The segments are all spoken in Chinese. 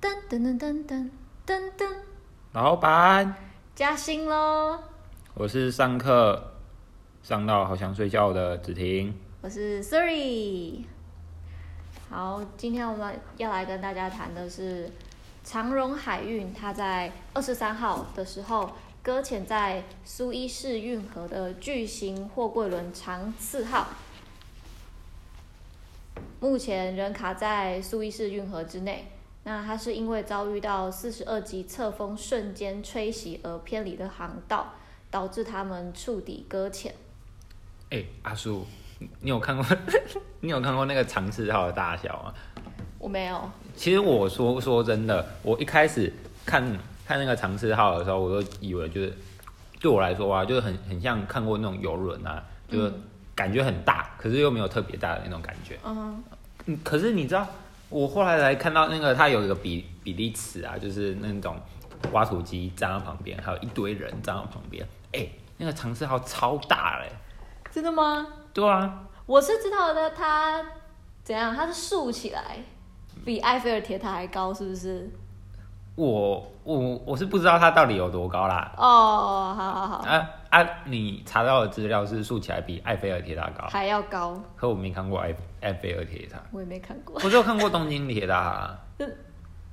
噔噔噔噔噔噔噔，老板，加薪喽！我是上课上到好想睡觉的子婷。我是 Siri。好，今天我们要来跟大家谈的是长荣海运，它在二十三号的时候搁浅在苏伊士运河的巨型货柜轮长次号，目前仍卡在苏伊士运河之内。那它是因为遭遇到四十二级侧风瞬间吹袭而偏离了航道，导致他们触底搁浅。哎、阿叔，你你有看过 你有看过那个长次号的大小吗？我没有，其实我说说真的，我一开始看看那个长次号的时候，我都以为就是对我来说啊，就是很很像看过那种游轮啊，就是感觉很大，可是又没有特别大的那种感觉。嗯，嗯，可是你知道，我后来来看到那个，它有一个比比例尺啊，就是那种挖土机站到旁边，还有一堆人站到旁边。哎、那个长四号超大嘞、真的吗？对啊，我是知道的，它怎样？它是竖起来，嗯比埃菲尔铁塔还高，是不是？我我我是不知道它到底有多高啦。哦，好好好，啊啊，你查到的资料是竖起来比埃菲尔铁塔高，还要高，可我没看过埃埃菲尔铁塔，我也没看过。我只有看过东京铁塔、啊。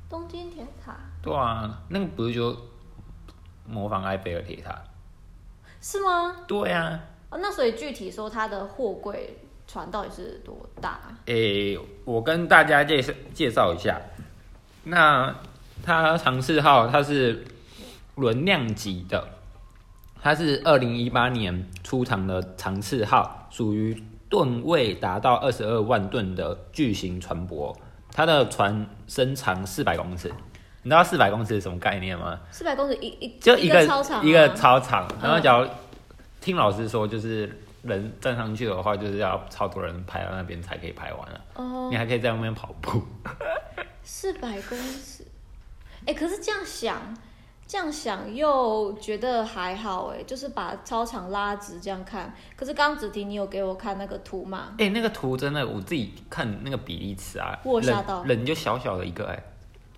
东京铁塔对啊，那个不是就模仿埃菲尔铁塔？是吗？对啊。哦，那所以具体说它的货柜船到底是多大？诶、我跟大家介绍介绍一下，那它长四号它是轮量级的，它是二零一八年出厂的长次号，属于吨位达到二十二万吨的巨型船舶，它的船身长四百公尺。你知道四百公尺是什么概念吗？四百公尺一一就一个操场、啊，一个操场，嗯然后假如听老师说，就是人站上去的话，就是要超多人排到那边才可以排完了。哦你，还可以在外面跑步。四百公尺。哎、可是这样想，这样想又觉得还好哎、就是把操场拉直这样看。可是刚子婷，你有给我看那个图吗？哎、那个图真的，我自己看那个比例尺啊，我吓人到人就小小的一个哎、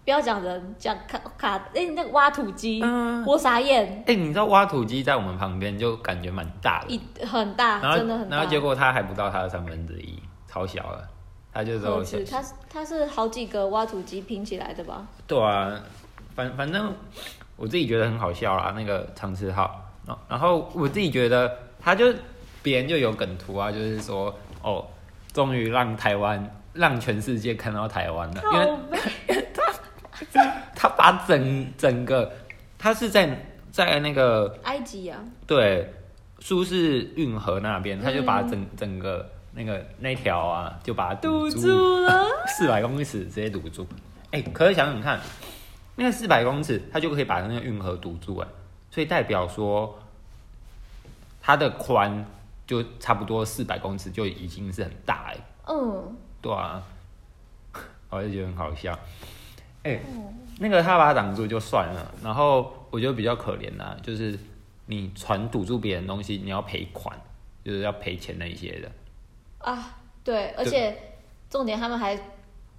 不要讲人，讲卡卡，哎、那个挖土机，嗯，我傻眼，哎、你知道挖土机在我们旁边就感觉蛮大的，一很大，然后真的很大。然后结果它还不到它的三分之一，超小了，它就只有何止它是它是好几个挖土机拼起来的吧？对啊，反反正我自己觉得很好笑啦，那个长次号。然后然后我自己觉得，他就别人就有梗图啊，就是说哦，终于让台湾让全世界看到台湾了，啊因为靠背他把整整个他是在在那个 埃及啊，对苏氏运河那边，他就把嗯整、整个那个那条啊，就把它堵住住了，四百公尺直接堵住。哎、可是想想看，那个四百公尺，它就可以把那个运河堵住哎、所以代表说它的宽就差不多四百公尺就已经是很大哎、嗯，对啊， 我就觉得很好笑。哎、那个他把它挡住就算了，然后我觉得比较可怜啦、就是你船堵住别人的东西，你要赔款，就是要赔钱那一些的。啊，对，而且重点他们还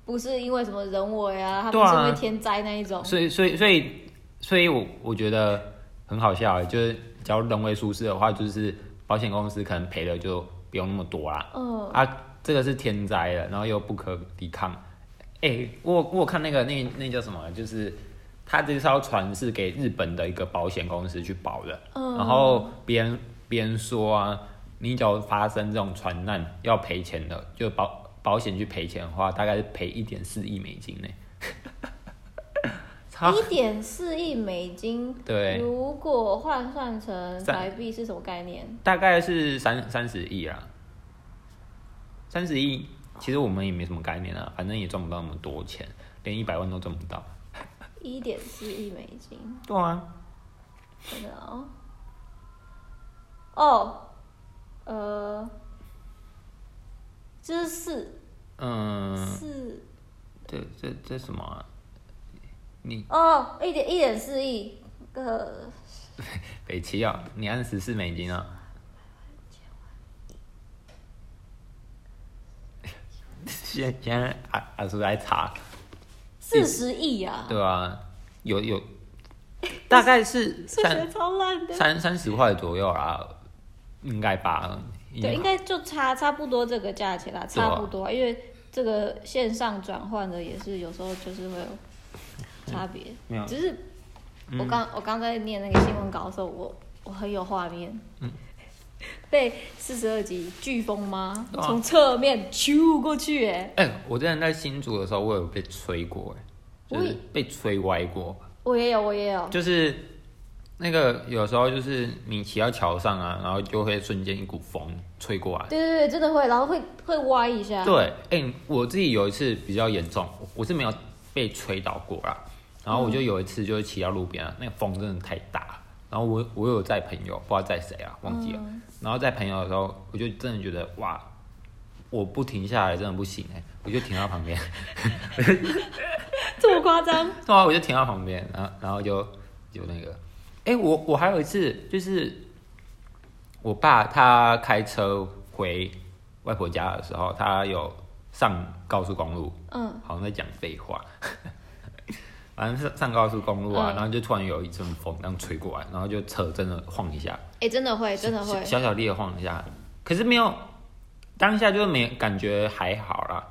不是因为什么人为啊，他对们啊是因为天灾那一种，所以，所以，所以，所以我我觉得很好笑欸，就是假如人为疏失的话，就是保险公司可能赔的就不用那么多啦。嗯，啊，这个是天灾了，然后又不可抵抗。哎、我我有看那个那那叫什么，就是他这艘船是给日本的一个保险公司去保的，嗯然后别人别人说啊，你只要发生这种船难要赔钱的，就保保险去赔钱的话，大概是赔一点四亿美金呢。 超一点四亿美金，对，如果换算成三台币是什么概念？大概是三三十亿啦，三十亿，其实我们也没什么概念啊，反正也赚不到那么多钱，连一百万都赚不到。一点四亿美金，对啊，真的哦。哦，呃，这是四嗯，四这这这什么、啊？你哦，一点一点四亿，呃，北齐啊，你按十四美金啊？ 现现在阿阿叔在查，四十亿啊！对啊，有有，大概是数三学超烂的。三三十块左右啦，应该吧？对，应该就差差不多这个价钱啦，对啊差不多啊，因为这个线上转换的也是有时候就是会有差别。没有嗯只是我刚、我刚在念那个新闻稿的时候，我我很有画面。嗯 被四十二级飓风吗？对啊从侧面咻过去、哎，哎、我之前在新竹的时候，我有被吹过、哎，就我是也哦被吹歪过，我也有，我也有，就是那个有时候就是你骑到桥上啊，然后就会瞬间一股风吹过来。对对对，真的会，然后会会歪一下，对，哎、我自己有一次比较严重，我是没有被吹倒过啦。然后我就有一次就是骑到路边啊，那个风真的太大，然后我我有载朋友，不知道载谁啊，忘记了。然后载朋友的时候，我就真的觉得哇，我不停下来真的不行哎、我就停到旁边， 这么夸张？对啊，我就停到旁边，然后然后就就那个，哎、我我还有一次就是我爸他开车回外婆家的时候，他有上高速公路，嗯，好像在讲废话。 反正上上高速公路啊，嗯然后就突然有一阵风这样吹过来，然后就车真的晃一下，哎、真的会，真的会小，小小力的晃一下，可是没有当下就没感觉还好啦。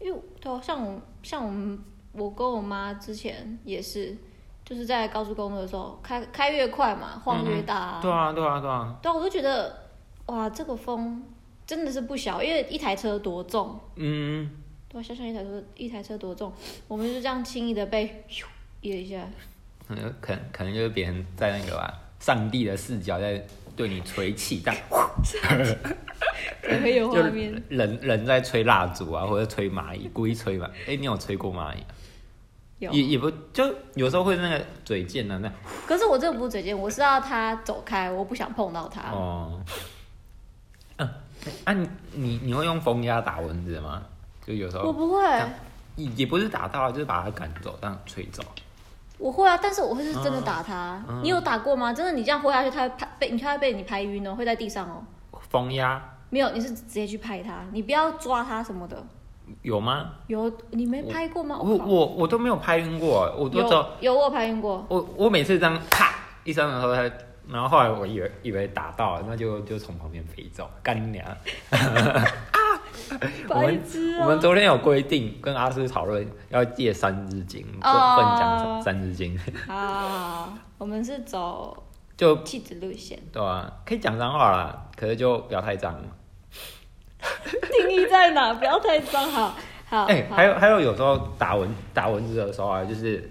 因为对啊、像我像我们我跟我妈之前也是，就是在高速公路的时候开开越快嘛，晃越大、啊对啊，对啊，对啊，对啊，我就觉得哇，这个风真的是不小，因为一台车多重，嗯，对、啊，想想一台车一台车多重，我们就这样轻易的被咻一了一下，可能可能可能就是别人在那个吧，上帝的视角在对你吹气， 但也很有就画面。人人在吹蜡烛啊，或者吹蚂蚁，故意吹吧。哎、你有吹过蚂蚁啊？有，也也不就有时候会那个嘴贱啊的、那可是我这个不是嘴贱，我是要他走开，我不想碰到他。哦，啊，你你你会用风压打蚊子吗？就有时我候不会，也也不是打到，就是把它赶走，这样吹走。我会啊，但是我会是真的打他。嗯你有打过吗？真的，你这样挥下去，他会拍被你他会被你拍晕哦，会在地上哦。风压没有，你是直接去拍他，你不要抓他什么的。有吗？有你没拍过吗？我靠我我都没有拍晕过，我都走，哦有有我有拍晕过，我我每次这样啪一声的时候，它然后后来我以为以为打到了，那就就从旁边飞走，干你娘！我白们痴我们啊！昨天有规定，跟阿师讨论要戒三字经，不哦不能讲三字经， 啊，我们是走就气质路线， 对啊，可以讲脏话啦，可是就不要太脏。定义在哪？不要太脏，好好。哎、好还有还有，有时候打蚊打蚊子的时候啊，就是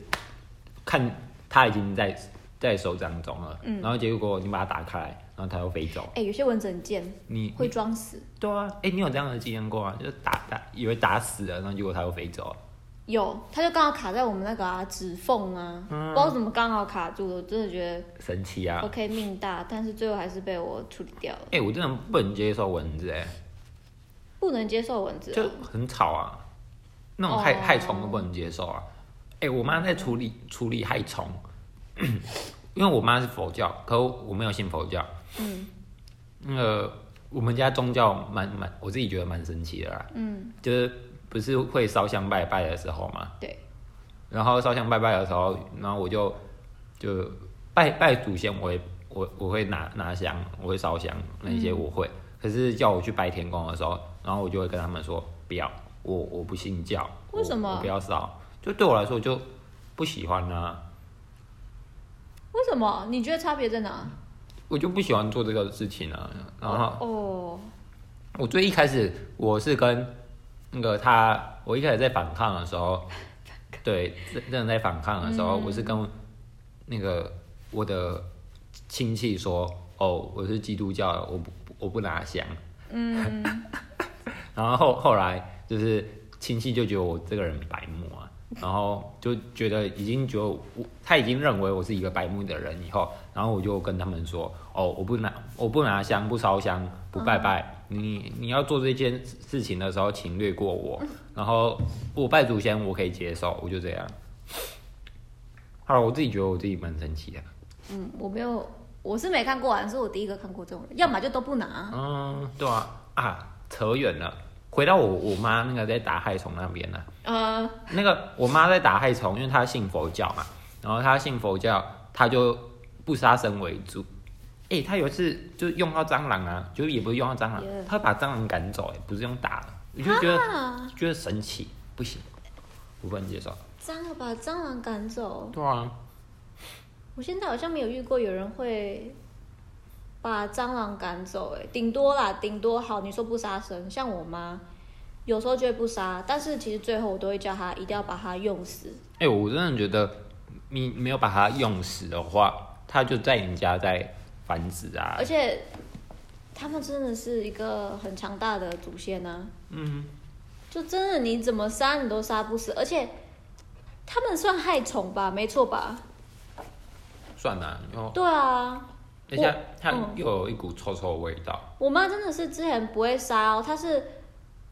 看它已经在在手掌中了，嗯然后结果你把它打开来，然后它又飞走。哎，有些蚊子很贱，你会装死。对啊，哎、你有这样的经验过吗？就是打打以为打死了，然后结果它又飞走了。有，它就刚好卡在我们那个啊指缝啊，嗯不知道怎么刚好卡住了，我真的觉得。神奇啊！ OK，命大，但是最后还是被我处理掉了。哎、我真的不能接受蚊子、哎，不能接受蚊子就哦，很吵啊，那种害、哦害虫都不能接受啊。哎、我妈在处理处理害虫， 因为我妈是佛教，可我没有信佛教。嗯那个我们家宗教蛮蛮，我自己觉得蛮神奇的啦。嗯，就是不是会烧香拜拜的时候嘛，对，然后烧香拜拜的时候，然后我就就拜拜祖先我，也我我会拿拿香，我会烧香那嗯些我会。可是叫我去拜天公的时候，然后我就会跟他们说不要，我我不信教，我为什么我不要烧？就对我来说我就不喜欢啊，为什么？你觉得差别在哪？我就不喜欢做这个事情啊。然后哦，我最一开始我是跟那个他，我一开始在反抗的时候， 对，真真的在反抗的时候，我是跟那个我的亲戚说，哦，我是基督教的，我不我不拿香。嗯， 然后后后来就是亲戚就觉得我这个人白目啊，然后就觉得已经觉得我他已经认为我是一个白目的人以后，然后我就跟他们说，哦，我不拿我不拿香不烧香不拜拜，你你要做这件事情的时候请略过我， 然后我拜祖先我可以接受，我就这样。好了，我自己觉得我自己蛮神奇的，嗯，我没有，我是没看过啊，是我第一个看过这种人，要么就都不拿，嗯，对啊啊，扯远了，回到我我妈那个在打害虫那边呢、呃，那个我妈在打害虫，因为她信佛教嘛，然后她信佛教，她就不杀生为主。哎、她有一次就用到蟑螂啊，就是也不是用到蟑螂 Yeah. 她把蟑螂赶走、哎，不是用打的，我就觉得、啊，觉得神奇，不行，我不能接受。蟑螂把蟑螂赶走，对啊，我现在好像没有遇过有人会把蟑螂赶走、欸，哎，顶多啦，顶多好，你说不杀生，像我妈。有时候就会不杀，但是其实最后我都会叫她一定要把它用死。哎、我真的觉得你没有把它用死的话，它就在你家在繁殖啊而。且他们真的是一个很强大的祖先呢、嗯，就真的你怎么杀你都杀不死，而且他们算害虫吧？没错吧？算了、啊，然后对啊，而且它嗯又有一股臭臭的味道。我妈真的是之前不会杀哦，她是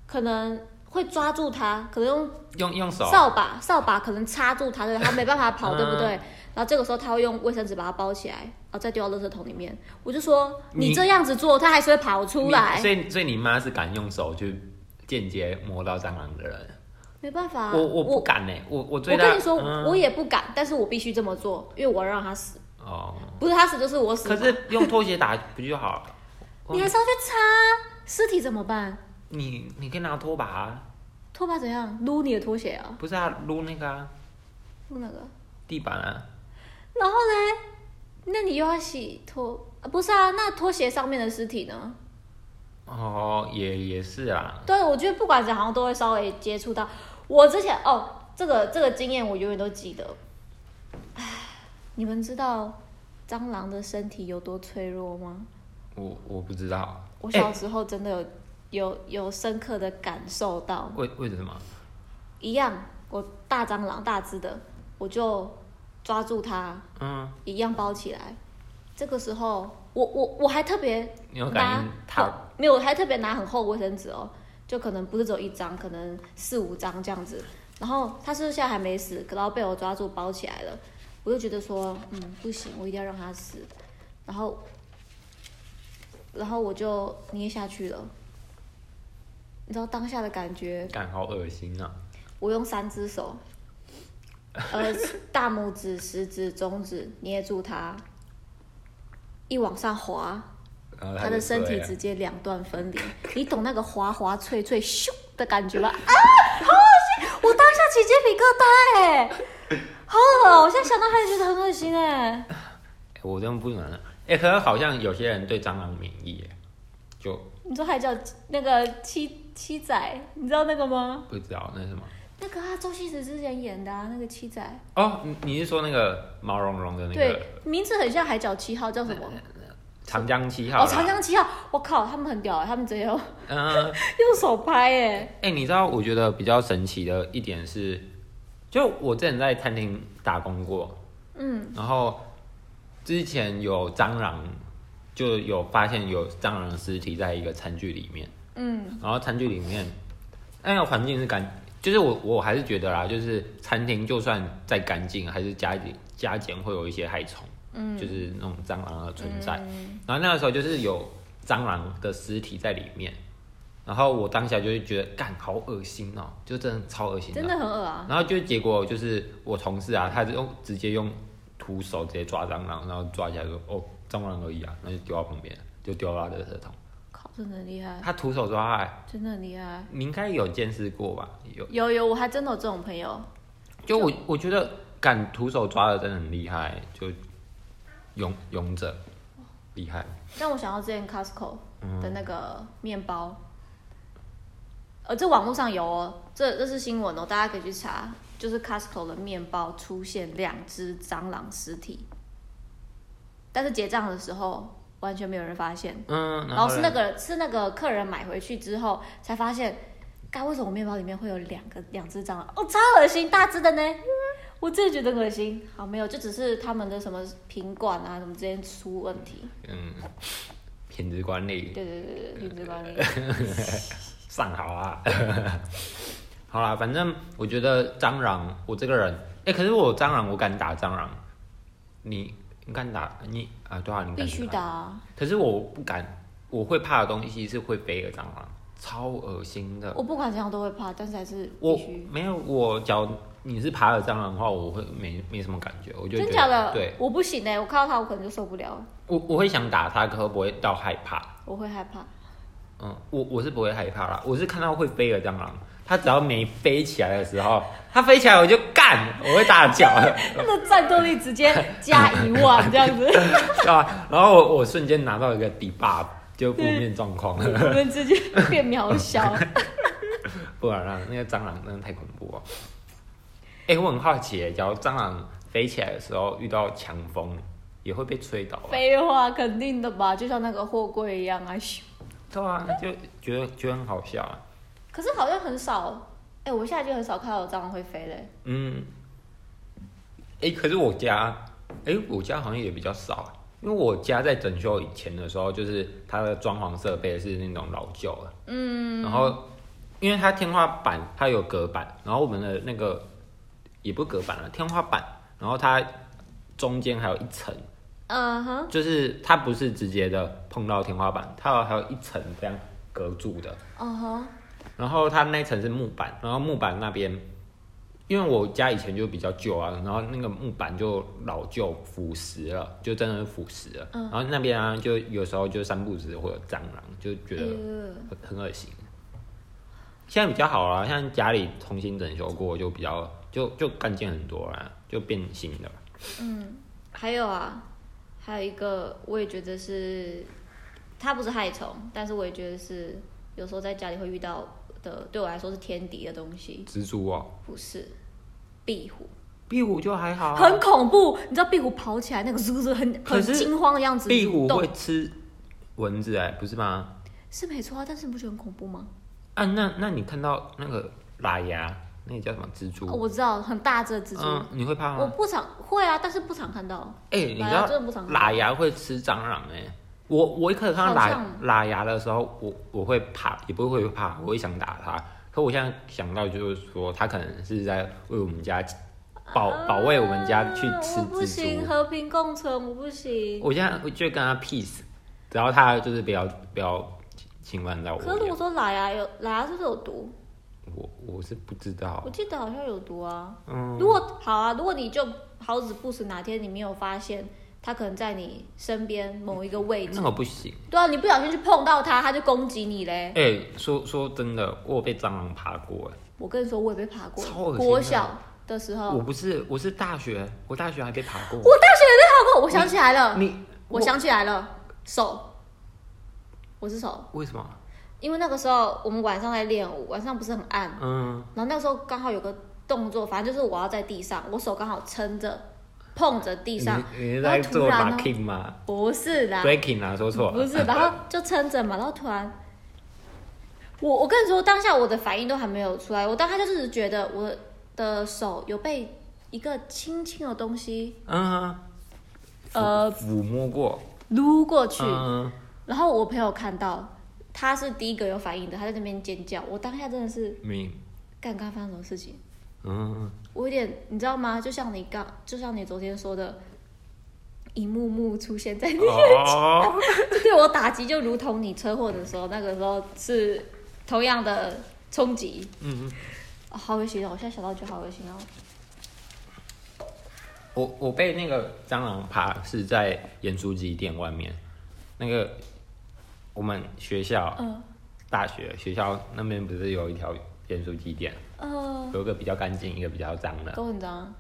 可能会抓住它，可能用用用手，扫把，扫把可能插住它，对，它没办法跑， 嗯对不对？然后这个时候她会用卫生纸把它包起来，然后再丢到垃圾桶里面。我就说你你这样子做，它还是会跑出来你，所以所以你妈是敢用手去间接摸到蟑螂的人，没办法啊、我我不敢呢、我我最我大跟你说，嗯我也不敢，但是我必须这么做，因为我要让它死，哦，不是它死就是我死嘛。可是用拖鞋打不就好了？你还是要去擦尸体怎么办？你你可以拿拖把、啊，拖把怎样？撸你的拖鞋啊？不是啊，撸那个、啊、撸那个？地板啊，然后嘞，那你又要洗拖？啊、不是啊，那拖鞋上面的尸体呢？哦，也也是啊，对，我觉得不管怎样好像都会稍微接触到。我之前哦，这个这个经验我永远都记得。唉，你们知道蟑螂的身体有多脆弱吗？我我不知道，我哎小时候真的有、有有深刻的感受到，为为什么？一样，我大蟑螂大只的，我就抓住它，嗯，一样包起来。这个时候，我我我还特别你有感拿应它没有，我还特别拿很厚卫生纸哦，就可能不是只有一张，可能四五张这样子。然后它是不是现在还没死，然后被我抓住包起来了，我就觉得说，嗯，不行，我一定要让它死。然后，然后我就捏下去了。你知道当下的感觉感好恶心啊！我用三只手，呃， 大拇指、食指、中指捏住它，一往上滑，然后它就啊的身体碎了直接两段分离。 你懂那个滑滑脆脆咻的感觉 吗？啊，好恶心！我当下起鸡皮疙瘩哎、好恶！我现在想到还觉得很恶心哎、哎我真的不能啊，哎、可是好像有些人对蟑螂免疫耶，就你说还叫那个七七仔，你知道那个吗？不知道那是什么。那个啊，周星驰之前演的啊，那个七仔，哦，你你是说那个毛茸茸的那对个，名字很像海角七号，叫什么？长江七号啦？哦，长江七号，我靠，他们很屌欸，他们直接用 嗯、用手拍哎，哎、你知道我觉得比较神奇的一点是，就我之前在餐厅打工过，嗯，然后之前有蟑螂，就有发现有蟑螂的尸体在一个餐具里面，嗯，然后餐具里面那个环境是干，就是我我还是觉得啦，就是餐厅就算再干净，还是加一点加减会有一些害虫，嗯，就是那种蟑螂的存在。嗯然后那个时候就是有蟑螂的尸体在里面，然后我当下就会觉得干好恶心哦、就真的超恶心、真的。很恶啊，然后就结果就是我同事啊，他就用直接用徒手直接抓蟑螂，然后抓起来说哦蟑螂而已啊，然后就丢到旁边，就丢到垃圾桶。靠，真的很厉害，他徒手抓他、真的很厉害，你应该有见识过吧？有，有有，我还真的有这种朋友，就我我觉得敢徒手抓的真的很厉害，就勇勇者厉害。让我想到之前 Costco 的那个面包，呃，这网络上有哦，这这是新闻哦，大家可以去查，就是 Costco 的面包出现两只蟑螂尸体，但是结账的时候完全没有人发现。嗯，然后是那嘞个是那个客人买回去之后才发现，该为什么面包里面会有两个两只蟑螂？哦，超恶心，大只的呢，我真的觉得很恶心。好，没有，就只是他们的什么品管啊什么之间出问题。嗯，品质管理对对对对，品质管理。上好啊。 好啦，反正我觉得蟑螂，我这个人，哎、可是我有蟑螂，我敢打蟑螂。你你敢打你啊？对啊，你必敢须打。打，可是我不敢，我会怕的东西是会飞的蟑螂。超恶心的。我不管怎样都会怕，但是还是必嗯我须。没有，我假如你是爬耳蟑螂的话，我会没没什么感觉，我就觉真得假的？对，我不行哎、我看到它我可能就受不了，我我会想打它，可不会到害怕。我会害怕。嗯，我我是不会害怕啦，我是看到会飞的蟑螂，它只要没飞起来的时候，它飞起来我就干，我会大叫， 它的战斗力直接加一万这样子，对吧？然后我我瞬间拿到一个 debuff，就负面状况， 我们直接变渺小。不然啊，那个蟑螂真的太恐怖哦。哎、我很好奇耶，假如蟑螂飞起来的时候遇到强风，也会被吹倒吧？废话，肯定的吧，就像那个货柜一样啊。咻对啊，就觉得觉得很好笑啊。可是好像很少，哎、我现在就很少看到有蟑螂会飞嘞、嗯，哎、可是我家，哎、我家好像也比较少啊，因为我家在整修以前的时候，就是它的装潢设备是那种老旧的，嗯，然后因为它天花板它有隔板，然后我们的那个也不是隔板了，天花板，然后它中间还有一层，嗯哼，就是它不是直接的碰到天花板，它有还有一层这样隔住的，嗯哼，然后它那一层是木板，然后木板那边，因为我家以前就比较旧啊，然后那个木板就老旧腐蚀了，就真的是腐蚀了。嗯然后那边啊，就有时候就三不时会有蟑螂，就觉得呃很很恶心。现在比较好啦，像家里重新整修过，就比较就就干净很多啦，就变新的了。还有啊，还有一个我也觉得是，它不是害虫，但是我也觉得是有时候在家里会遇到的，对我来说是天敌的东西，蜘蛛哦、不是壁虎，壁虎就还好、啊，很恐怖。你知道壁虎跑起来那个是不是很可很是惊慌的样子？壁虎动会吃蚊子哎、不是吗？是没错啊，但是你不觉得很恐怖吗？啊，那那你看到那个喇牙，那个叫什么蜘蛛？哦我知道很大只的蜘蛛，嗯，你会怕我吗？不常会啊，但是不常看到。哎、你知喇道牙真的不常看到喇牙会吃蟑螂哎、我我一开始看好到喇像喇牙的时候，我我会怕，也不会怕，我会想打它。可我现在想到就是说，它可能是在为我们家保保卫我们家去啊吃我不行，蜘蛛。和平共存，我不行。我现在我就跟它 peace，然后它就是不要不要侵犯到我可是如家果。说喇牙有喇牙是不是有毒？我我是不知道我，记得好像有毒啊。嗯，如果好啊，如果你就好死不死哪天你没有发现，它可能在你身边某一个位置那，我不行。对啊，你不小心去碰到它，它就攻击你嘞。哎、说说真的，我有被蟑螂爬过哎、我跟你说，我也被爬过超恶，心的国小的时候，我不是，我是大学，我大学还被爬过。哦我大学也被爬过。我想起来了，你我想起来了，手，我是手，为什么？因为那个时候我们晚上在练舞，晚上不是很暗，嗯，然后那时候刚好有个动作，反正就是我要在地上，我手刚好撑着碰着地你上，你是然在后突做然呢 marking 吗不是啦， ？breaking 啊，说错不了。是，然后就撑着嘛，然后突然，我我跟你说，当下我的反应都还没有出来，我当下就是觉得我的手有被一个轻轻的东西 嗯，呃抚摸过。撸过去，嗯，然后我朋友看到，他是第一个有反应的，他在那边尖叫，我当下真的是明，干刚发生什么事情。 嗯，我有点，你知道吗？就像你刚，就像你昨天说的，一幕幕出现在你，哦，这 对我打击就如同你车祸的时候，那个时候是同样的冲击、嗯，啊好恶心哦！我现在想到就好恶心哦。我我被那个蟑螂爬是在盐酥鸡店外面，那个我们学校嗯大学学校那边不是有一条盐酥鸡店，呃，有一个比较干净，一个比较脏的。都很脏。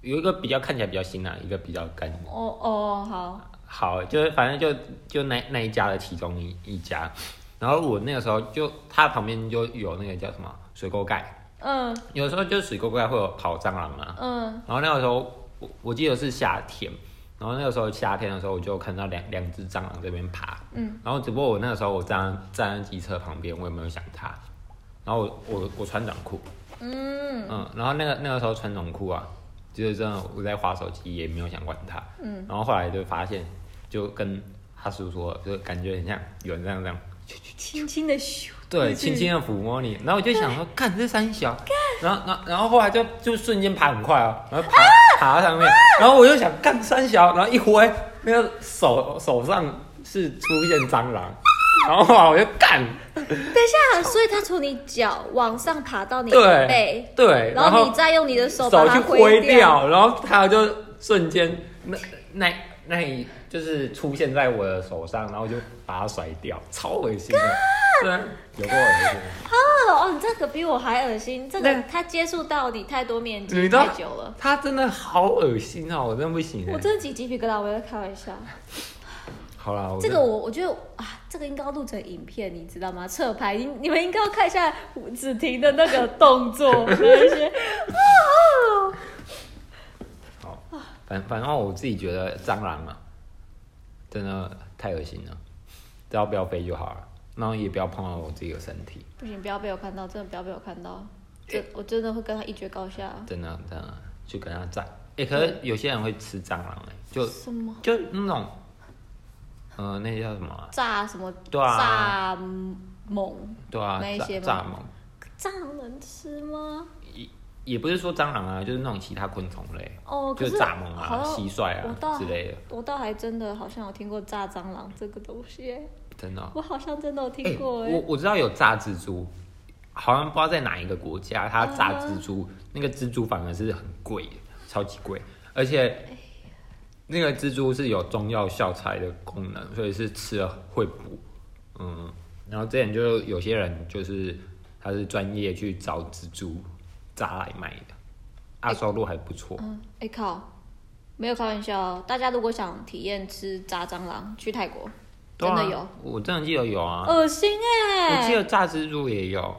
有一个比较看起来比较新啊，一个比较干净。哦哦，好，好，就是反正就就那那一家的其中一一家，然后我那个时候就它旁边就有那个叫什么水沟盖，嗯有时候就水沟盖会有跑蟑螂啊。嗯，然后那个时候我我记得是夏天，然后那个时候夏天的时候我就看到两两只蟑螂这边爬，嗯，然后只不过我那个时候我站站在机车旁边，我也没有想它，然后我我我穿短裤，嗯嗯，然后那个那个时候穿短裤啊，就是真的我在划手机，也没有想管他。嗯，然后后来就发现，就跟他叔说，就感觉很像有人这样这样，轻轻的咻，对，轻轻的抚摸你。然后我就想说，看这三小，然后然后然后后来就就瞬间爬很快哦，然啊后爬、爬到上面，然后我就想干三小，然后一挥，那个手手上是出现蟑螂，然后啊我就干，等一下，所以它从你脚往上爬到你的对背，对，然后你再用你的手把手去它挥掉。掉，然后它就瞬间那那那一就是出现在我的手上，然后我就把它甩掉，超恶心的，对啊，有够恶心。哦，你这个比我还恶心，这个那它接触到你太多面你积知道太久了，它真的好恶心啊！我真的不行、欸。我真的起鸡皮疙瘩，我在开玩笑。好啦，我这真个我我觉得啊，这个应该要录成影片，你知道吗？侧拍，你你们应该要看一下子婷的那个动作那一些。 哦好，反反正我自己觉得蟑螂啊，真的太恶心了，只要不要飞就好了，然后也不要碰到我自己的身体，不行，不要被我看到，真的不要被我看到，这我真的会跟他一决高下。真的真的去跟它战。哎、可是有些人会吃蟑螂、欸，就什么就那种，呃，那叫什么啊、炸什么？对啊炸猛对啊那一，蚱些吗蚱蜢，蟑螂能吃吗？也也不是说蟑螂啊，就是那种其他昆虫类，哦，就可是是蚱蜢好啊、像蟋蟀我啊倒之类的，我倒还真的好像有听过炸蟑螂这个东西耶，真的哦、我好像真的有欸听过哎、我我知道有炸蜘蛛，好像不知道在哪一个国家，它炸蜘蛛啊那个蜘蛛反而是很贵的，超级贵，而且那个蜘蛛是有中药效材的功能，所以是吃了会补。嗯，然后之前就有些人就是他是专业去找蜘蛛炸来卖的，啊，收入还不错。嗯，哎、靠，没有开玩笑哦，大家如果想体验吃炸蟑螂，去泰国对真的啊有，哦我真的记得有啊，恶心哎、我记得炸蜘蛛也有。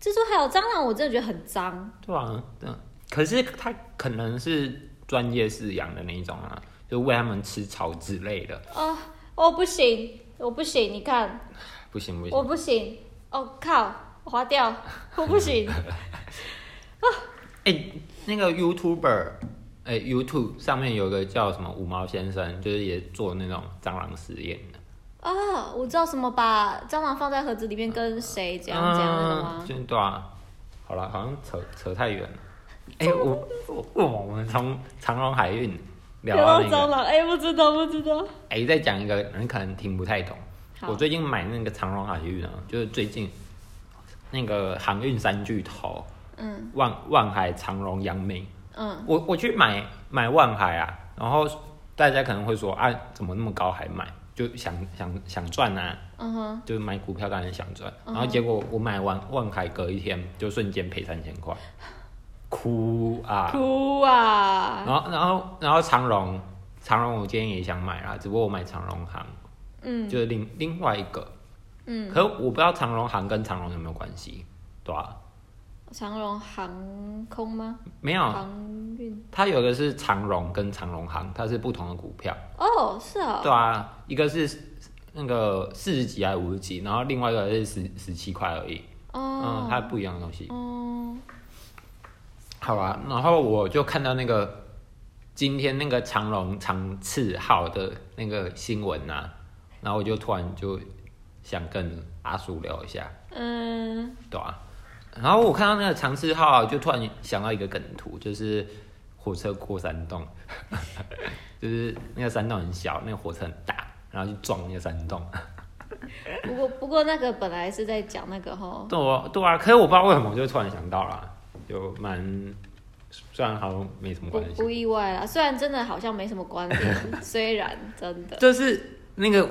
蜘蛛还有蟑螂，我真的觉得很脏。对啊，嗯，可是他可能是专业饲养的那一种啊，就喂他们吃草之类的，啊，哦不行，我不行，你看不行不我行，不行，哦靠，我划掉，我不行。 哎、那个 YouTuber，哎、y o u t u b e 上面有个叫什么五毛先生，就是也做那种蟑螂实验的，啊，我知道什么把蟑螂放在盒子里面跟谁怎样怎样那个嗯吗？就对啊，好了，好像扯扯太远了，哎、我我我我们从长荣海运聊到到那蟑个，螂，哎、不知道不知道。哎、再讲一个，你可能听不太懂。好我，最近买那个长荣海运啊，就是最近那个航运三巨头嗯万万海、长荣、阳明，嗯，我我去买买万海啊，然后大家可能会说啊，怎么那么高还买？就想想想赚啊，嗯哼，就是买股票当然想赚，嗯然后结果我买完万海隔一天就瞬间赔三千 块，哭啊！哭啊，然后然后然后长荣长荣我今天也想买啦，只不过我买长荣行，嗯就是另另外一个。嗯，可我不知道长荣航跟长荣有没有关系，对吧、长荣航空吗？没有，航运它有的是长荣跟长荣航，它是不同的股票，哦，是啊、对啊，一个是那个四十几还是五十几，然后另外一个是十十七块而已，哦嗯，，它不一样的东西。哦，好啊，然后我就看到那个今天那个长荣长次号的那个新闻呐、啊，然后我就突然就想跟阿叔聊一下，嗯，对啊。然后我看到那个长治号啊，就突然想到一个梗图，就是火车过山洞， 就是那个山洞很小，那个火车很大，然后就撞那个山洞。不过不过那个本来是在讲那个哈，对啊，对啊，可是我不知道为什么，我就突然想到了，就蛮虽然好像没什么不关不系，意外啦，虽然真的好像没什么关 联，虽然真的就是那个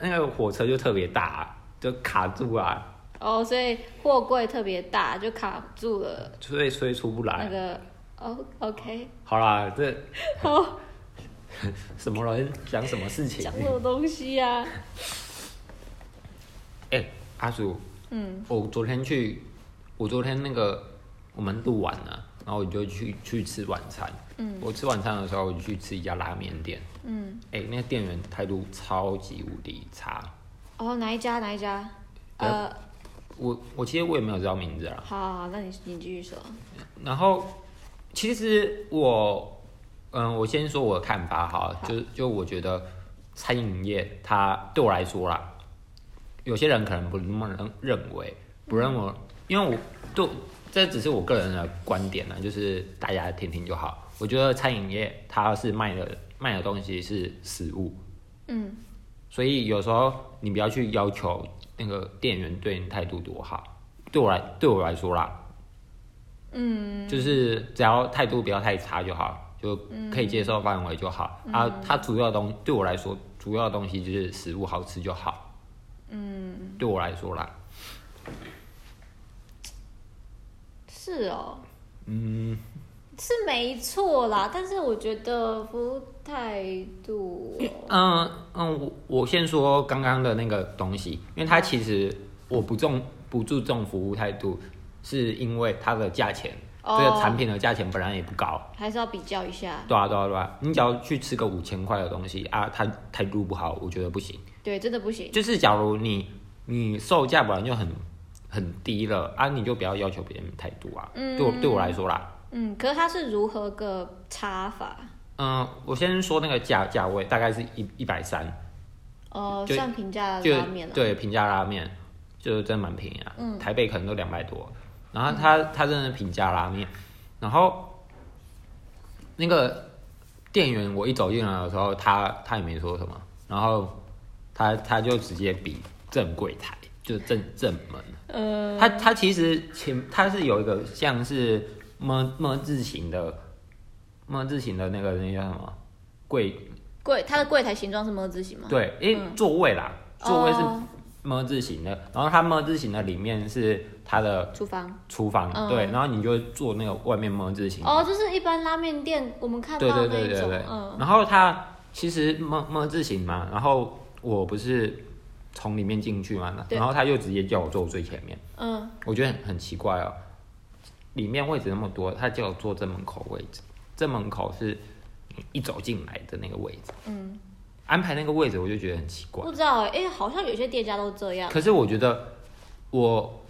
那个火车就特别大、啊，就卡住啊，哦，所以货柜特别大，就卡住了所以所以出不那来。个。哦，OK，好啦，这好， 什么人讲什么事情讲？什么东西啊呀、哎、阿叔，嗯，我昨天去，我昨天那个我们录完了，然后我就去去吃晚餐。嗯，我吃晚餐的时候，我就去吃一家拉面店。嗯，哎、那个店员态度超级无敌差。哦，哪一家哪一家？呃，我我其实我也没有知道名字啊。好好，好那你你继续说。然后其实我，嗯，我先说我的看法哈，就就我觉得餐饮业它对我来说啦，有些人可能不那么认认为，不认为，因为我对这只是我个人的观点呢，就是大家听听就好。我觉得餐饮业它是卖的卖的东西是食物，嗯所以有时候你不要去要求那个店员对你态度多好，对我来对我来说啦，嗯，就是只要态度不要太差就好，就可以接受范围就好。啊，它主要东对我来说主要的东西就是食物好吃就好，嗯，对我来说啦，是哦，嗯， 是没错啦，但是我觉得服务态 度哦、嗯嗯，我我先说刚刚的那个东西，因为它其实我不重不注重服务态度，是因为它的价钱，哦这个产品的价钱本来也不高，还是要比较一下。对啊对啊对啊，你只要去吃个五千块的东西啊，它态度不好，我觉得不行。对，真的不行。就是假如你你售价本来就很很低了啊，你就不要要求别人态度啊。嗯对我对我来说啦，嗯，可是它是如何个差法？嗯，我先说那个价价位，大概是一一百三，哦，就算平价就拉面了。啊对平价拉面，就是真蛮便宜啊。嗯台北可能都两百多，然后它它真的是平价拉面，然后那个店员我一走进来的时候，他他也没说什么，然后他他就直接比正柜台，就是正正门。呃，它它其实前它是有一个像是么么字形的么字形的那个那叫什么柜柜它的柜台形状是么字形吗？对，因为嗯座位啦，座位是哦么字形的，然后它么字形的里面是它的厨房。厨房，嗯对，然后你就坐那个外面么字形的，哦，就是一般拉面店我们看到对那对一种，对对对，嗯，然后它其实么么字形嘛，然后我不是从里面进去嘛，对然后他就直接叫我坐最前面，嗯，我觉得很很奇怪哦，里面位置那么多，他叫我坐正门口位置，正门口是你一走进来的那个位置，嗯，安排那个位置我就觉得很奇怪不。知道哎、哎，好像有些店家都这样。可是我觉得我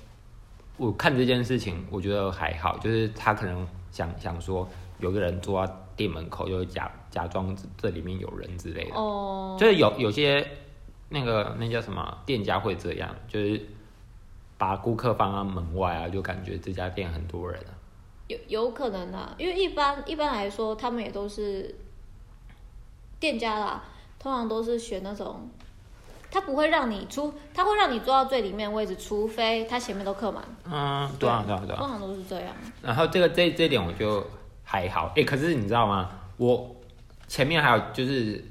我看这件事情，我觉得还好，就是他可能想想说，有个人坐在店门口，就假假装这里面有人之类的，哦，就是啊有有些那个那叫什么店家会这样，就是把顾客放在门外啊，就感觉这家店很多人啊。有有可能啊，因为一般一般来说，他们也都是店家啦，通常都是选那种，他不会让你出，他会让你坐到最里面的位置，除非他前面都客满，嗯，对啊，对啊，对啊。通常都是这样。然后这个这这一点我就还好，哎、可是你知道吗？我前面还有就是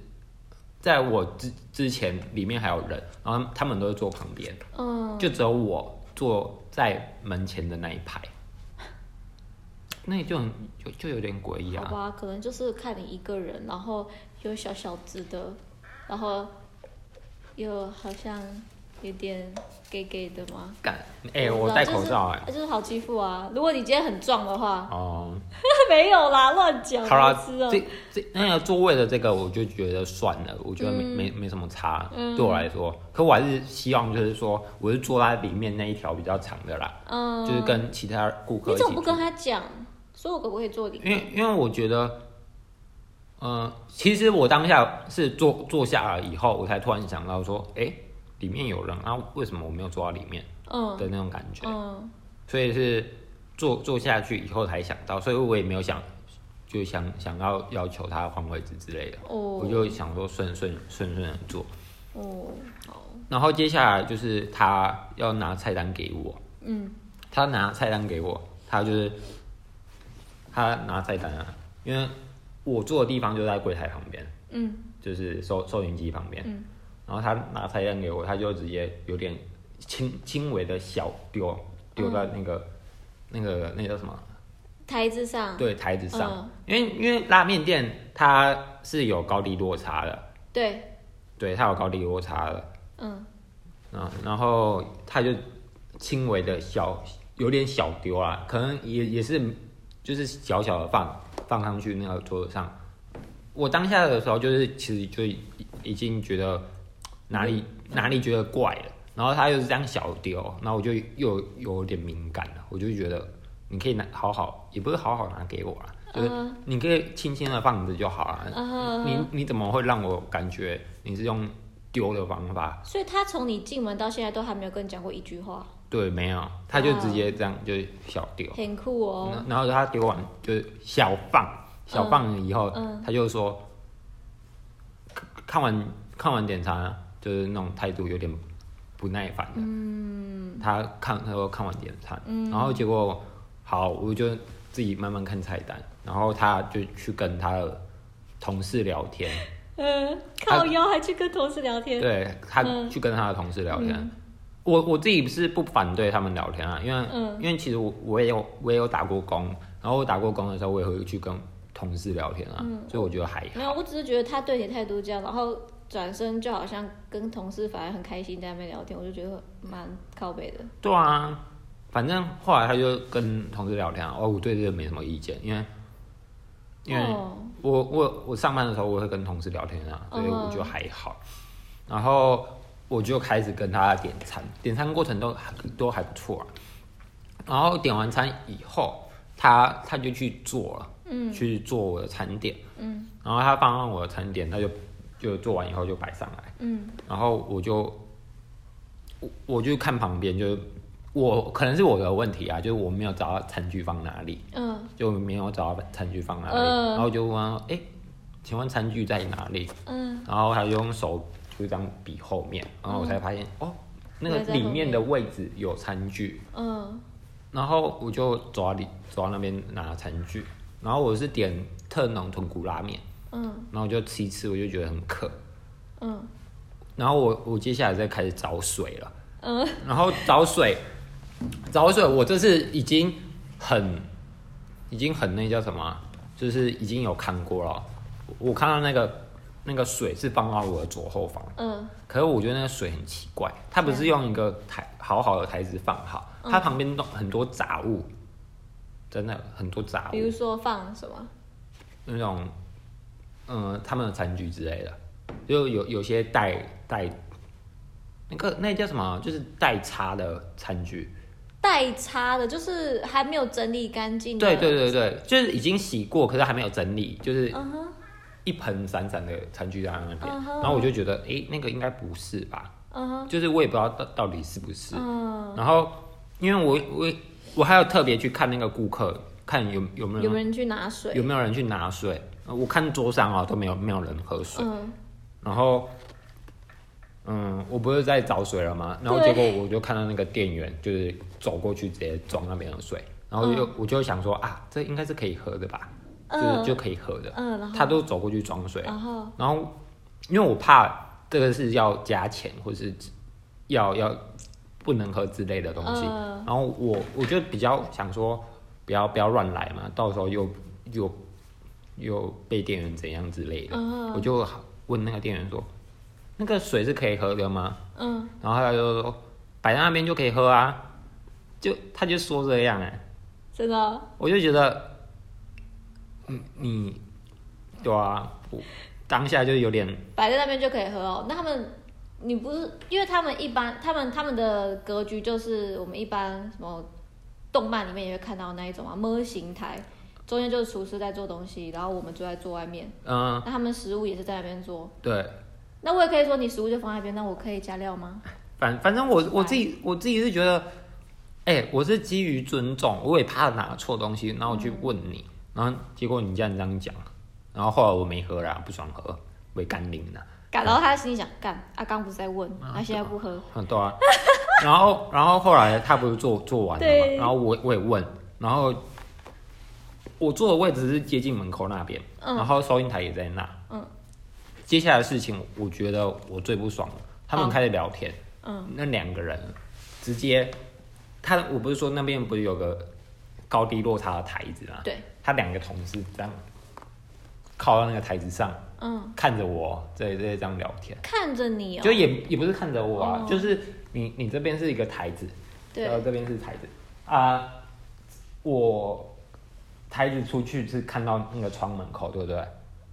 在我之之前里面还有人，然后他们都是坐旁边，嗯，就只有我坐在门前的那一排，那也就很就就有点诡异好啊。吧，可能就是看你一个人，然后有小小只的，然后又好像有点 gay gay 的吗？干，哎、不知我道戴就是口罩哎、就是好欺负啊！如果你今天很壮的话， 哦，没有啦，乱讲，好啦白痴哦，这这那个座位的这个，我就觉得算了，我觉得没、嗯没没什么差，嗯对我来说。可我还是希望就是说，我是坐在里面那一条比较长的啦，嗯，就是跟其他顾客你一怎起么不坐。跟他讲，说我可不可以坐里因面？为因为我觉得，嗯、其实我当下是坐坐下了以后，我才突然想到说，哎、里面有人啊，为什么我没有坐到里面嗯的那种感觉？嗯，所以是坐坐下去以后才想到，所以我也没有想就想想要要求他换位置之类的，我哦就想说顺顺顺顺的做。哦，好，然后接下来就是他要拿菜单给我，嗯他拿菜单给我，他就是他拿菜单啊，因为我坐的地方就在柜台旁边，嗯就是收收银机旁边，嗯然后他拿菜单给我，他就直接有点轻轻微的小丢丢在那个、那个那叫什么？台子上，对台子上，嗯因为因为拉面店它是有高低落差的，对，对，它有高低落差的，嗯嗯，然后它就轻微的小有点小丢啦，可能也也是就是小小的放放上去那个桌子上。我当下的时候就是其实就已已经觉得哪里哪里觉得怪了，然后它又是这样小丢，然后我就又有点敏感了，我就觉得你可以拿好好，也不是好好拿给我啦，就是嗯你可以轻轻的放着就好了。嗯你你怎么会让我感觉你是用丢的方法？所以他从你进门到现在都还没有跟你讲过一句话，对，没有，他就直接这样就小丢，很酷哦。然然后他丢完就是小放，小放了以后，嗯他就说，看完看完点餐啊，就是那种态度有点不耐烦的。嗯，他看他说看完点餐，嗯然后结果好，我就自己慢慢看菜单，然后他就去跟他的同事聊天，嗯，靠腰还去跟同事聊天，对他嗯去跟他的同事聊天。我我自己是不反对他们聊天啊，因为、嗯因为其实我我也有我也有打过工，然后我打过工的时候我也会去跟同事聊天啊，嗯所以我觉得还没有，我只是觉得他对你态度这样，然后转身就好像跟同事反而很开心在那边聊天，我就觉得蛮靠北的。对啊，反正后来他就跟同事聊天啊，哦，我对这个没什么意见，因为因为哦，我我我上班的时候我会跟同事聊天啊，所以嗯我就还好。然后我就开始跟他点餐，点餐过程都还都还不错啊。然后点完餐以后，他他就去做了，嗯，去做我的餐点，嗯。然后他放上我的餐点，他就就做完以后就摆上来，嗯，然后我就我我就看旁边，就是我可能是我的问题啊，就是我没有找到餐具放哪里，嗯就没有找到餐具放哪里，嗯然后就问他说：“哎、请问餐具在哪里嗯，？”然后他就用手就这样比后面，然后我才发现、哦，那原来个在后里面面的位置有餐具，嗯然后我就走到里走到那边拿餐具，然后我是点特浓豚骨拉面，嗯然后我就吃一吃，我就觉得很渴，嗯然后我我接下来再开始找水了，嗯，然后找水，找水，我这次已经很，已经很那叫什么啊，就是已经有看过了。我我看到那个那个水是放到我的左后方，嗯可是我觉得那个水很奇怪，它不是用一个台好好的台子放好，嗯它旁边都很多杂物，真的很多杂比如物，说放什么？那种，嗯、他们的餐具之类的，就有有些带带。那个那叫什么啊？就是带叉的餐具，待擦的，就是还没有整理干净的。对对对对，就是已经洗过，可是还没有整理，就是嗯哼，一盆散散的餐具在那边。嗯哼然后我就觉得，诶，那个应该不是吧？嗯哼，就是我也不知道到到底是不是。嗯，然后，因为我我我还有特别去看那个顾客，看有有没有有没有人去拿水？嗯有没有人去拿水。呃我看桌上啊都没有没有人喝水。嗯然后，嗯，我不是在找水了吗？然后对结果我就看到那个店员就是走过去直接装那边的水，然后就、我就想说啊，这应该是可以喝的吧，就是嗯就可以喝的。嗯，然嗯后他都走过去装水，然后然后因为我怕这个是要加钱或是要要不能喝之类的东西，嗯然后我我就比较想说不要不要乱来嘛，到时候又又又被店员怎样之类的，嗯我就问那个店员说，那个水是可以喝的吗？嗯然后他就说摆在那边就可以喝啊，就他就说这样哎、真的哦我就觉得，嗯，你，对啊，我当下就有点，摆在那边就可以喝哦。那他们，你不是因为他们一般，他们他们的格局就是我们一般什么动漫里面也会看到那一种啊，么型台，中间就是厨师在做东西，然后我们就在坐外面。嗯、那他们食物也是在那边做。对，那我也可以说你食物就放在那边，那我可以加料吗？ 反反正我我自己我自己是觉得，哎、我是基于尊重，我也怕拿错东西，然后我去问你，然后结果你这样这样讲，然后后来我没喝啦，不爽喝，没干零啦，干，然后他心里想，干，阿刚不是在问，他现在不喝，嗯，对啊，然后然后后来他不是做做完了嘛，对然后我我也问，然后我坐的位置是接近门口那边，嗯然后收银台也在那，嗯，接下来的事情我觉得我最不爽了，他们开始聊天，嗯，那两个人直接，他我不是说那边不是有个高低落差的台子吗？对，他两个同事这样靠到那个台子上，嗯，看着我在在这样聊天。看着你哦就，也也不是看着我啊，哦就是你你这边是一个台子，对然后这边是台子啊、我台子出去是看到那个窗门口，对不对？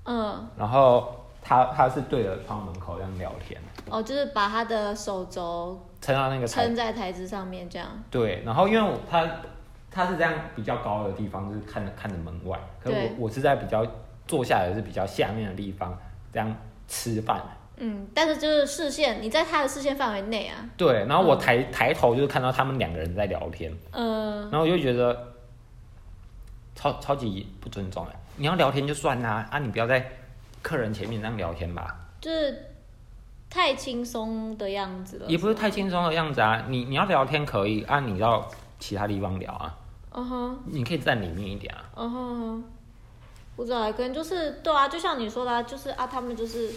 嗯，然后他他是对着窗门口这样聊天，哦，就是把他的手肘撑到那个台撑在台子上面这样，对，然后因为我他他是这样比较高的地方，就是看着看着门外，可是对我我是在比较坐下来是比较下面的地方这样吃饭，嗯，但是就是视线，你在他的视线范围内啊，对，然后我抬、抬头就是看到他们两个人在聊天。嗯，然后我就觉得超超级不尊重哎！啊你要聊天就算啦、啊，你不要在客人前面那样聊天吧。就是太轻松的样子了。也不是太轻松的样子啊。你你要聊天可以啊，你到其他地方聊啊，嗯哼，你可以站里面一点啊。嗯哼嗯哼，不知道，可能就是对啊，就像你说的、啊，就是啊，他们就是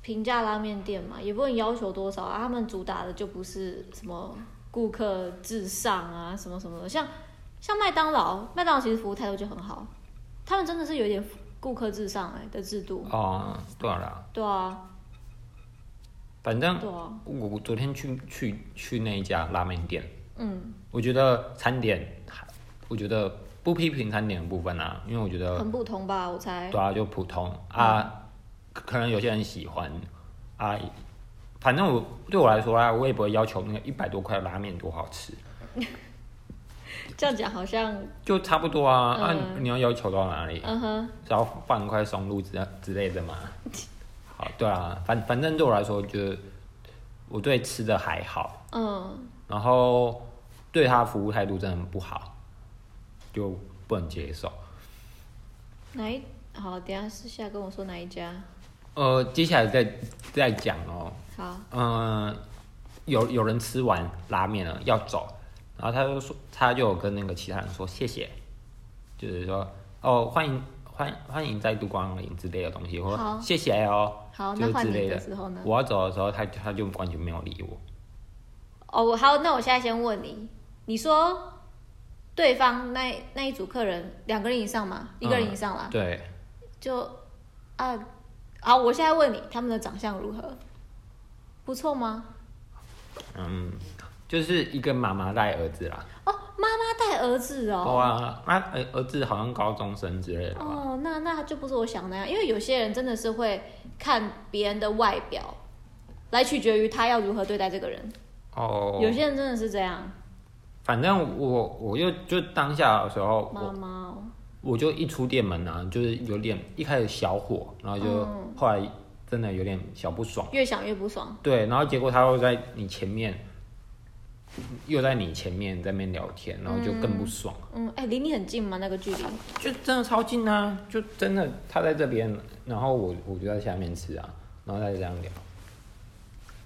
平价拉面店嘛，也不能要求多少啊，他们主打的就不是什么顾客至上啊，什么什么的，像像麦当劳，麦当劳其实服务态度就很好，他们真的是有一点顾客至上哎、的制度，哦，对了，对啊，反正对啊，我昨天去去去那一家拉面店，嗯，我觉得餐点还，我觉得不批评餐点的部分啊，因为我觉得很不同吧，我猜，对啊就普通嗯啊，可可能有些人喜欢啊，反正我对我来说啊，我也不会要求那个一百多块的拉面多好吃，这样讲好像，就差不多啊。那、嗯你要要求到哪里？嗯哼，是要放一块松露之之类 的吗？好，对啊，反反正对我来说，就是我对吃的还好，嗯，然后对他服务态度真的很不好，就不能接受。哪一好，等一下私下跟我说哪一家，呃，接下来再再讲哦，好。嗯、有有人吃完拉面了要走，然后他就说，他就有跟那个其他人说谢谢，就是说哦欢迎欢欢迎再度光临之类的东西，或好嗯者谢谢哦，好，就那是换之类你的的。时候呢？我要走的时候，他他就完全没有理我。哦，我好，那我现在先问你，你说对方那那一组客人两个人以上嘛，一个人以上啦，对，就啊，好，我现在问你，他们的长相如何？不错吗？嗯，就是一个妈妈带儿子啦。哦，妈妈带儿子哦。哇，那儿儿子好像高中生之类的吧？哦，那那就不是我想的那样，因为有些人真的是会看别人的外表，来取决于他要如何对待这个人。哦，有些人真的是这样，反正我我就就当下的时候，妈我妈哦，我就一出店门啊，就是有点一开始小火，然后就嗯后来真的有点小不爽。越想越不爽。对，然后结果他又在你前面，又在你前面在那边聊天，然后就更不爽。嗯，哎、离你很近吗？那个距离？就真的超近啊！就真的他在这边，然后我我就在下面吃啊，然后再这样聊。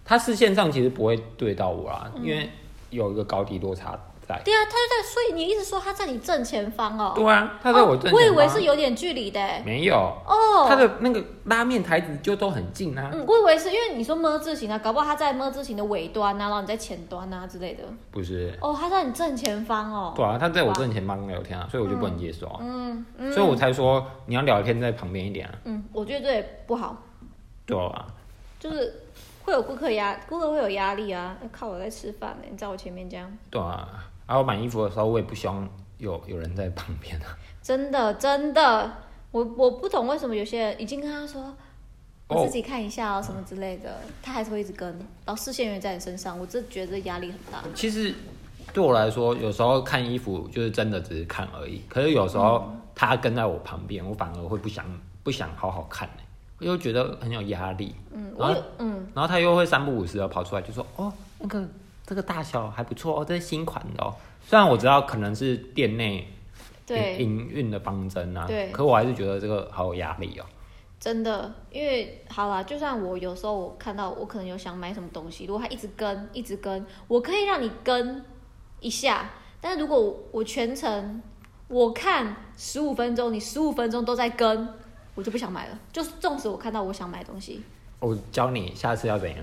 他视线上其实不会对到我啦，嗯因为有一个高低落差在。对啊，他就在，所以你一直说他在你正前方哦。对啊，他在我正前方、嗯哦。我以为是有点距离的欸。没有，哦。他的那个拉面台子就都很近啊。嗯，我以为是因为你说么字形啊，搞不好他在么字形的尾端啊，然后你在前端啊之类的。不是，哦，他在你正前方哦。对啊，他在我正前方聊天啊，所以我就不能接受啊，嗯嗯所以我才说你要聊天在旁边一点啊，嗯，我觉得这也不好，对啊，就是会有顾客压，顾客会有压力啊。哎靠，我在吃饭呢，你在我前面这样，对啊。然后我买衣服的时候，我也不希望有有人在旁边啊。真的真的，我我不懂为什么有些人已经跟他说。我自己看一下哦，什么之类的，他还是会一直跟，然后视线也在你身上，我真的觉得压力很大。哦其实对我来说，有时候看衣服就是真的只是看而已。可是有时候嗯他跟在我旁边，我反而会不想不想好好看、欸，我就觉得很有压力。嗯，然我后有，嗯，然后他又会三不五时的跑出来，就说：“哦，那个这个大小还不错哦，这是新款的哦。”虽然我知道可能是店内营对，营运的方针啊对，可我还是觉得这个好有压力哦。真的，因为好啦，就算我有时候我看到我可能有想买什么东西，如果他一直跟，一直跟，我可以让你跟一下，但是如果我我全程我看十五分钟，你十五分钟都在跟，我就不想买了。就是纵使我看到我想买的东西，我教你下次要怎样，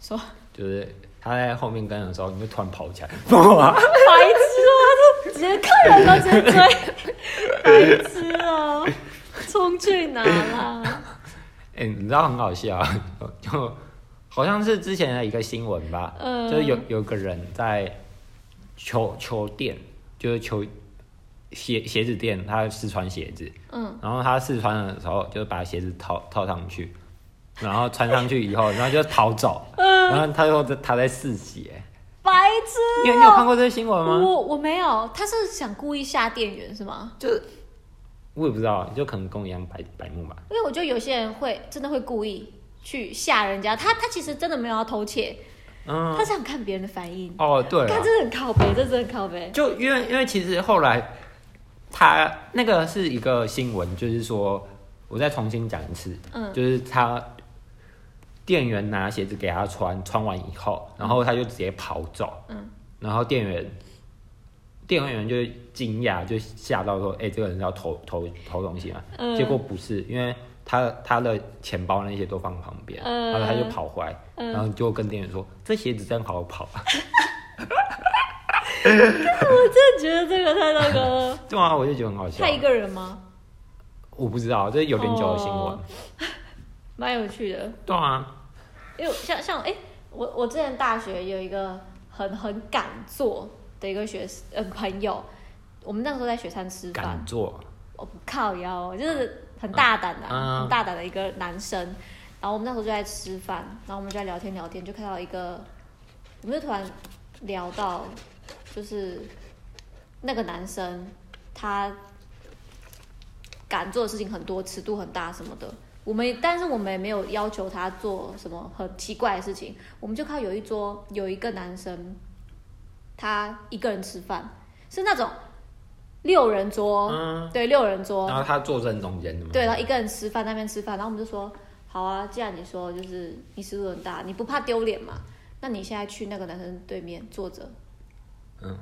说就是他在后面跟的时候，你就突然跑起来， 白痴哦、他是直接客人都直接追， 白痴哦、冲去哪啦？哎、你知道很好笑，啊 就好像是之前的一个新闻吧，嗯就是有有个人在球球店，就是球鞋鞋子店，他试穿鞋子，嗯，然后他试穿的时候就把鞋子套套上去，然后穿上去以后，然后就逃走，嗯然后他说他在试鞋，白痴你有哦、你有看过这个新闻吗？我我没有，他是想故意吓店员是吗？就是啊我也不知道，就可能跟我一样白白目吧，因为我觉得有些人会真的会故意去吓人家，他他其实真的没有要偷窃，嗯，他是想看别人的反应。哦对啊看，真的很靠背，这真的很靠背。就因为因为其实后来他那个是一个新闻，就是说我再重新讲一次，嗯就是他店员拿鞋子给他穿，穿完以后，然后他就直接跑走。嗯，然后店员，店员就惊讶，就吓到说：“哎、这个人是要偷偷偷东西吗？”嗯结果不是，因为他他的钱包那些都放旁边，嗯然后他就跑回来，然后就跟店员说：“这鞋子真好跑。我真的觉得这个太那个 了。”对啊，我就觉得很好笑他。一个人吗？我不知道，这有点久的新闻。哦蛮有趣的，对啊，因为像像哎、我我之前大学有一个很很敢做的一个学呃朋友，我们那时候在雪山吃饭敢，做，我不靠腰，哦就是很大胆的、啊嗯很大胆的一个男生。然后我们那时候就在吃饭，然后我们就在聊天聊天，就看到一个，我们就突然聊到，就是那个男生他敢做的事情很多，尺度很大什么的。我们但是我们也没有要求他做什么很奇怪的事情，我们就看到有一桌有一个男生，他一个人吃饭，是那种六人桌，嗯对，六人桌，然后他坐正中间的嘛。对，然后一个人吃饭，那边吃饭，然后我们就说，好啊，既然你说就是你尺度很大，你不怕丢脸嘛？那你现在去那个男生对面坐着。嗯。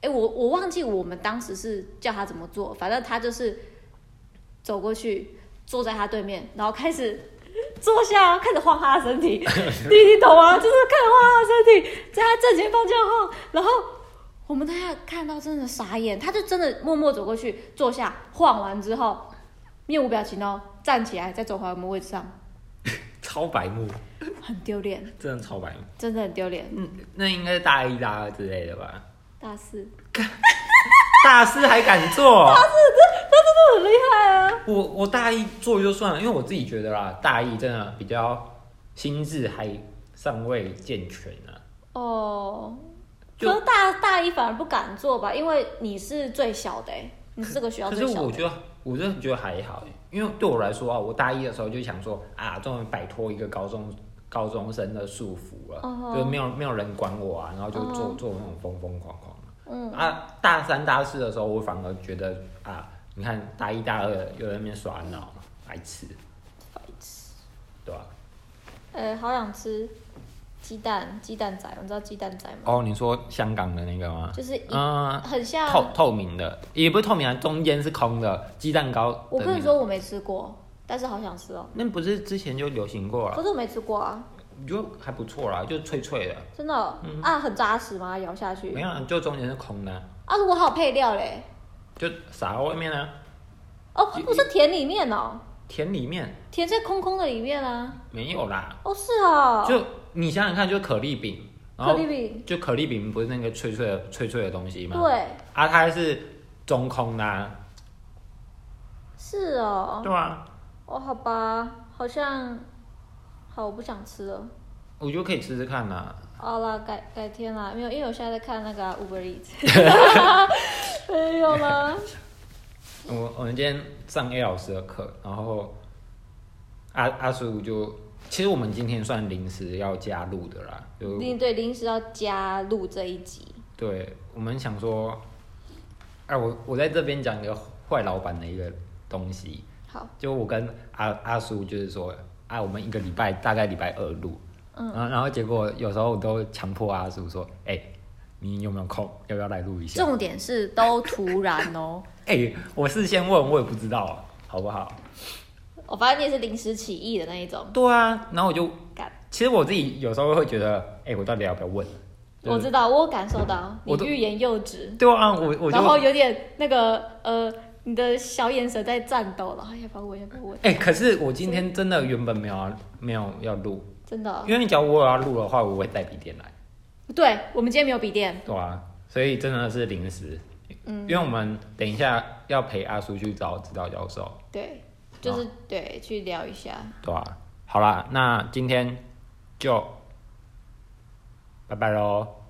哎，我我忘记我们当时是叫他怎么做，反正他就是走过去坐在他对面，然后开始坐下，开始晃他的身体，你你懂吗？就是开始晃他的身体，在他正前方这样晃，然后我们大家看到真的傻眼，他就真的默默走过去坐下，晃完之后面无表情哦，站起来再走回我们位置上，超白目，很丢脸，真的超白目。真的很丢脸。嗯，那应该是大一、大二之类的吧？大四，大四还敢做？他真的很厉害啊！我我大一做就算了，因为我自己觉得啦，大一真的比较心智还尚未健全啊。哦，就可是大大一反而不敢做吧，因为你是最小的、欸，你是这个学校可最是小我的。觉得，我真的觉得还好欸，因为对我来说啊，我大一的时候就想说啊，终于摆脱一个高中高中生的束缚了嗯哼就是没有没有人管我啊，然后就做、嗯做那种疯疯狂狂。嗯，啊，大三大四的时候，我反而觉得啊，你看大一大二又在那边耍脑，白痴，对吧、呃、好想吃鸡蛋，鸡蛋仔，你知道鸡蛋仔吗？哦，你说香港的那个吗？就是一、嗯，很像，透透明的，也不是透明啊，中间是空的，鸡蛋糕的那个。我跟你说我没吃过，但是好想吃哦。那不是之前就流行过可了，是我没吃过啊，我觉得还不错啦，就脆脆的，真的哦、啊，很扎实吗？咬下去嗯没有啊，就中间是空的啊，啊，我好配料嘞。就撒在外面啊，哦，不是甜里面哦，甜里面甜在空空的里面啊。没有啦，哦，是哦，就你想想看，就可丽饼，然可后丽饼，就可丽饼不是那个脆脆的脆脆的东西吗？，对，啊，它还是中空的、啊，是哦。对啊，哦，好吧，好像，好，我不想吃了。我觉得可以试试看啊呐、好啦，改改天啦，没有，因为我现在在看那个、Uber 啊 Eats，没 有吗？我我们今天上 A 老师的课，然后阿阿叔就，其实我们今天算临时要加入的啦，就临对临时要加入这一集，对我们想说，哎、我我在这边讲一个坏老板的一个东西，好，就我跟阿阿叔就是说，啊，我们一个礼拜大概礼拜二录，嗯然后然后结果有时候我都强迫阿叔说，哎、你有没有空？要不要来录一下？重点是都突然哦， 哎、我事先问，我也不知道，好不好？我发现哦你也是临时起意的那一种，对啊，然后我就感，其实我自己有时候会觉得，哎、我到底要不要问？我知道，我有感受到你我都欲言又止，对啊，我我就然后有点那个呃，你的小眼神在颤抖了，哎要不要问？要不要问？哎、可是我今天真的原本没有要没有要录，真的哦、因为你假如我有要录的话，我会带笔电来，对我们今天没有笔电，对啊，所以真的是临时，因为我们等一下要陪阿叔去找指导教授，对，就是、对，去聊一下，对啊，好啦，那今天就拜拜喽。